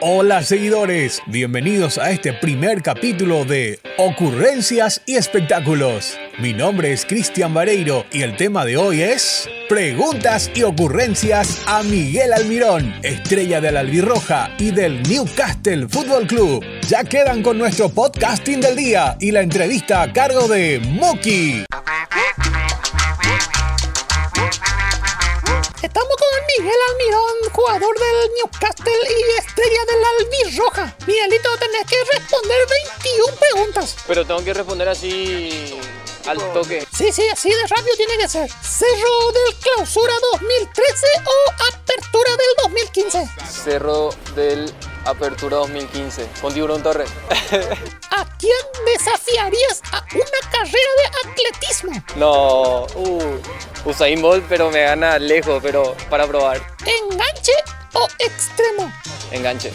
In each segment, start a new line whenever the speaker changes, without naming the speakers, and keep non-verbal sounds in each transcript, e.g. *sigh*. Hola seguidores, bienvenidos a este primer capítulo de Ocurrencias y Espectáculos. Mi nombre es Cristian Vareiro y el tema de hoy es Preguntas y ocurrencias a Miguel Almirón, estrella del Albirroja y del Newcastle Fútbol Club. Ya quedan con nuestro podcasting del día y la entrevista a cargo de Moki.
Estamos con Miguel Almirón, jugador del Newcastle y estrella del Albirroja. Miguelito, tenés que responder 21 preguntas.
Pero tengo que responder así al toque.
Sí, sí, así de rápido tiene que ser. ¿Cerro del clausura 2013 o apertura del 2015?
Cerro del Apertura 2015 con Tiburón Torres.
¿A quién desafiarías a una carrera de atletismo?
*laughs* no, uh, Usain Bolt, pero me gana lejos, pero para probar.
¿Enganche o extremo?
Enganche.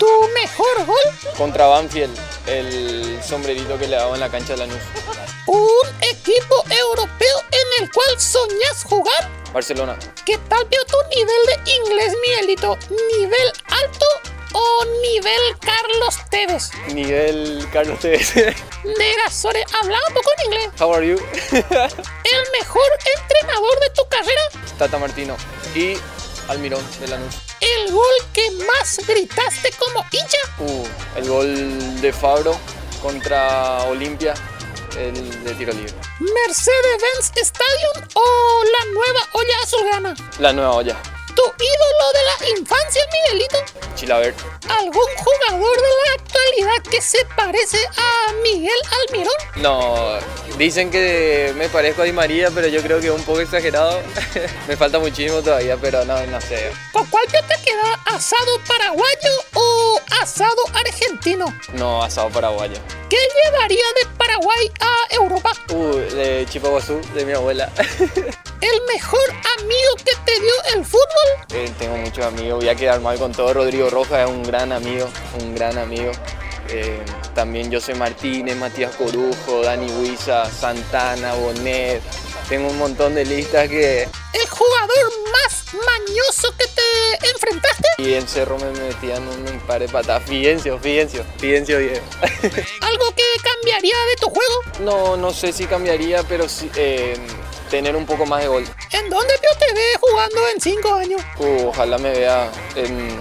¿Tu mejor gol?
Contra Banfield, el sombrerito que le daba en la cancha de la Lanús.
¿Un equipo europeo en el cual soñas jugar?
Barcelona.
¿Qué tal vio tu nivel de inglés, Miguelito? ¿Nivel alto o nivel Carlos Tevez?
Nivel Carlos Tevez. *laughs*
Nera Sore, hablaba un poco en inglés.
How are you?
¿El mejor entrenador de tu carrera?
Tata Martino. Y Almirón de Lanús.
¿El gol que más gritaste como hincha?
Uh, el gol de Fabro contra Olimpia, el de tiro libre.
¿Mercedes-Benz Stadium o la nueva olla azulgrana?
La nueva olla.
¿Tu ídolo de la infancia, Miguelito?
Chilaver.
¿Algún jugador de la actualidad que se parece a Miguel Almirón?
No, dicen que me parezco a Di María, pero yo creo que es un poco exagerado. *laughs* me falta muchísimo todavía, pero no, no sé.
¿Con cuál te te queda asado paraguayo o asado argentino?
No, asado paraguayo.
¿Qué llevaría de Paraguay a Europa?
Uh, de Chipaguazú, de mi abuela. *laughs*
¿El mejor amigo que te dio el fútbol?
Eh, tengo muchos amigos, voy a quedar mal con todo. Rodrigo Rojas es un gran amigo, un gran amigo. Eh, también José Martínez, Matías Corujo, Dani Huiza, Santana, Bonet. Tengo un montón de listas que...
¿El jugador más mañoso que te enfrentaste?
Y en Cerro me metían un par de patas. Fidencio, Fidencio, Fidencio Diego. *laughs*
¿Algo que cambiaría de tu juego?
No, no sé si cambiaría, pero sí, eh, tener un poco más de gol.
¿En dónde yo te ve jugando en 5 años?
Uh, ojalá me vea en,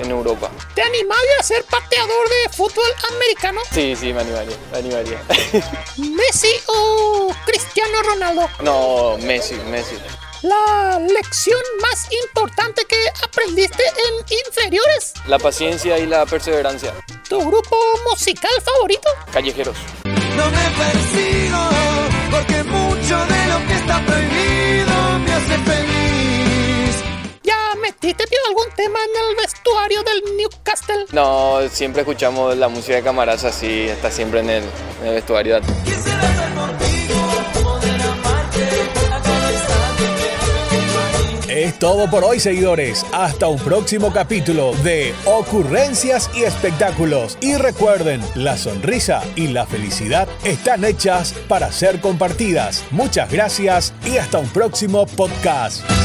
en Europa.
¿Te animaría a ser pateador de fútbol americano?
Sí, sí, me animaría, me animaría. *laughs*
¿Messi o Cristiano Ronaldo?
no, Messi, Messi.
¿La lección más importante que aprendiste en inferiores?
La paciencia y la perseverancia.
¿Tu grupo musical favorito?
Callejeros.
No me persigo, porque mucho de lo que está prohibido me hace feliz.
¿Ya metiste tío, algún tema en el vestuario del Newcastle?
No, siempre escuchamos la música de Camaraza, así, está siempre en el, en el vestuario.
Quisiera estar contigo, poder amarte, atravesarte,
Es todo por hoy, seguidores. Hasta un próximo capítulo de Ocurrencias y Espectáculos. Y recuerden, la sonrisa y la felicidad están hechas para ser compartidas. Muchas gracias y hasta un próximo podcast.